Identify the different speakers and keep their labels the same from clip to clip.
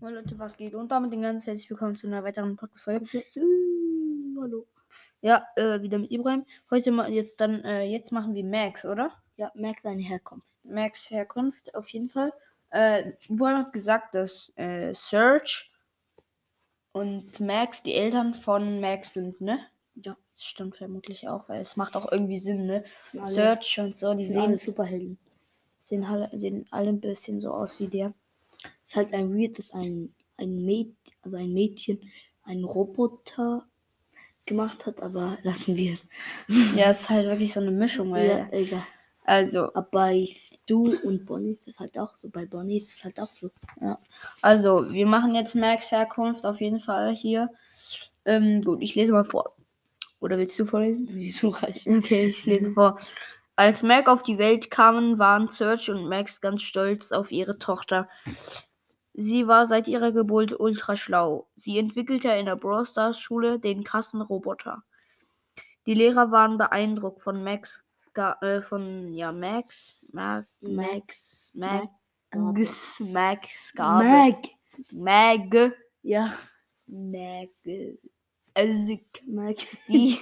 Speaker 1: Moin Leute, was geht? Und damit den ganz herzlich willkommen zu einer weiteren Podcast-Folge.
Speaker 2: Hallo.
Speaker 1: Ja, äh, wieder mit Ibrahim. Heute mal jetzt dann, äh, jetzt machen wir Max, oder?
Speaker 2: Ja, merk deine Herkunft.
Speaker 1: Max Herkunft auf jeden Fall. Äh, Ibrahim hat gesagt, dass äh, Serge und Max die Eltern von Max sind, ne?
Speaker 2: Ja.
Speaker 1: Das stimmt vermutlich auch, weil es macht auch irgendwie Sinn, ne?
Speaker 2: Das sind alle-
Speaker 1: Serge und so, die
Speaker 2: das sind
Speaker 1: sehen,
Speaker 2: alle Superhelden.
Speaker 1: sehen, alle, sehen alle ein bisschen so aus wie der.
Speaker 2: Es ist halt ein Weird, dass ein, ein Mädchen, also ein Mädchen, einen Roboter gemacht hat, aber lassen wir es.
Speaker 1: Ja, es ist halt wirklich so eine Mischung, weil.
Speaker 2: Ja, egal.
Speaker 1: Also,
Speaker 2: Aber bei Stu und Bonnie ist es halt auch so. Bei Bonnie ist es halt auch so.
Speaker 1: Also, wir machen jetzt Max Herkunft auf jeden Fall hier. Ähm, gut, ich lese mal vor. Oder willst du vorlesen?
Speaker 2: Nee, so reicht.
Speaker 1: Okay, ich lese vor. Als Mac auf die Welt kamen, waren Serge und Max ganz stolz auf ihre Tochter. Sie war seit ihrer Geburt ultra schlau. Sie entwickelte in der Brawl Stars Schule den krassen Roboter. Die Lehrer waren beeindruckt von Max, ga, äh, von ja Max, Max, Max, Max, Max, Max, Gabe.
Speaker 2: Mag.
Speaker 1: Mag.
Speaker 2: Ja,
Speaker 1: Mag. Also
Speaker 2: Mag.
Speaker 1: die,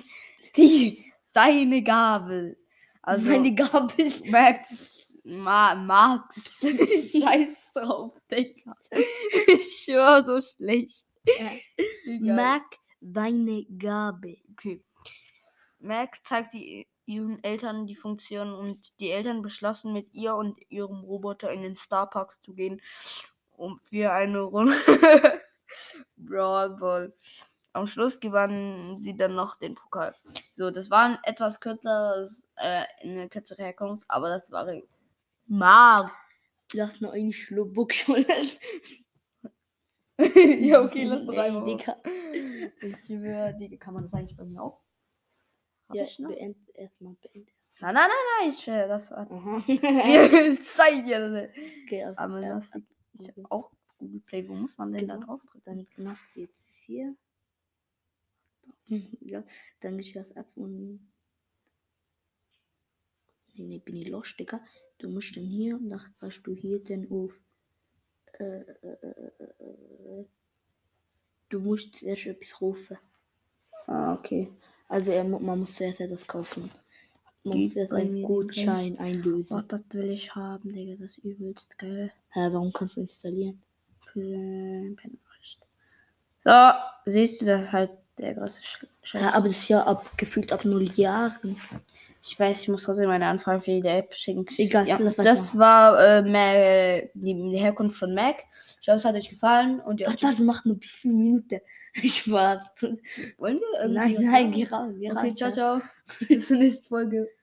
Speaker 1: die seine Gabel. Also
Speaker 2: Meine Gabel.
Speaker 1: Max. Ma, Max. Scheiß drauf, Digga. Ich höre so schlecht.
Speaker 2: Ja.
Speaker 1: Egal.
Speaker 2: Mag deine Gabel.
Speaker 1: Okay. Mac zeigt die, ihren Eltern die Funktion und die Eltern beschlossen, mit ihr und ihrem Roboter in den Starpark zu gehen, um für eine Runde Brawl Ball. Am Schluss gewannen sie dann noch den Pokal. So, das war ein etwas kürzeres, äh, eine kürzere Herkunft, aber das war Mark.
Speaker 2: Lass noch einen Schlubuck schon.
Speaker 1: ja, okay, lass doch
Speaker 2: Ey,
Speaker 1: einmal. hoch.
Speaker 2: Digga.
Speaker 1: Ich schwöre, Digga, kann man das eigentlich bei mir auch? Hab
Speaker 2: Ja,
Speaker 1: ich noch?
Speaker 2: beend, erstmal beenden.
Speaker 1: Nein, nein, nein, nein, ich schwöre, das war
Speaker 2: okay,
Speaker 1: Wir zeigen dir das.
Speaker 2: auf,
Speaker 1: Aber
Speaker 2: äh,
Speaker 1: das ist
Speaker 2: ab-
Speaker 1: auch Google Play. Wo muss man denn da
Speaker 2: Genau.
Speaker 1: drauf drücken?
Speaker 2: dann machst du jetzt hier.
Speaker 1: Mhm.
Speaker 2: ja, dann ich das ab und. Nee, nee, bin ich los, Digga. Du musst dann hier und dann kannst du hier dann auf. Äh, äh, äh, äh, du musst zuerst etwas rufen.
Speaker 1: Ah, okay.
Speaker 2: Also er, mu- man muss zuerst etwas kaufen. Man
Speaker 1: Geht
Speaker 2: muss zuerst
Speaker 1: bei mir
Speaker 2: einen
Speaker 1: nicht
Speaker 2: Gutschein
Speaker 1: Oh,
Speaker 2: einlösen.
Speaker 1: das will ich haben, Digga. Das ist übelst geil.
Speaker 2: Hä, warum kannst du installieren?
Speaker 1: Plan- Pennenrecht. So, siehst du, das ist halt der große Sch-
Speaker 2: Ja,
Speaker 1: Scheiß.
Speaker 2: aber das ist ja ab, gefühlt ab null Jahren.
Speaker 1: Ich weiß, ich muss trotzdem meine Anfrage für die App schicken.
Speaker 2: Egal,
Speaker 1: Ja,
Speaker 2: lass
Speaker 1: das war äh, Ma- die, die Herkunft von Mac. Ich hoffe, es hat euch gefallen. Und ihr
Speaker 2: Warte, warte, mach nur wie viele Minuten. Ich warte.
Speaker 1: wollen wir irgendwie
Speaker 2: Nein,
Speaker 1: was
Speaker 2: nein,
Speaker 1: machen?
Speaker 2: gerade, gerade.
Speaker 1: Okay, ciao, ciao. Bis zur nächsten Folge.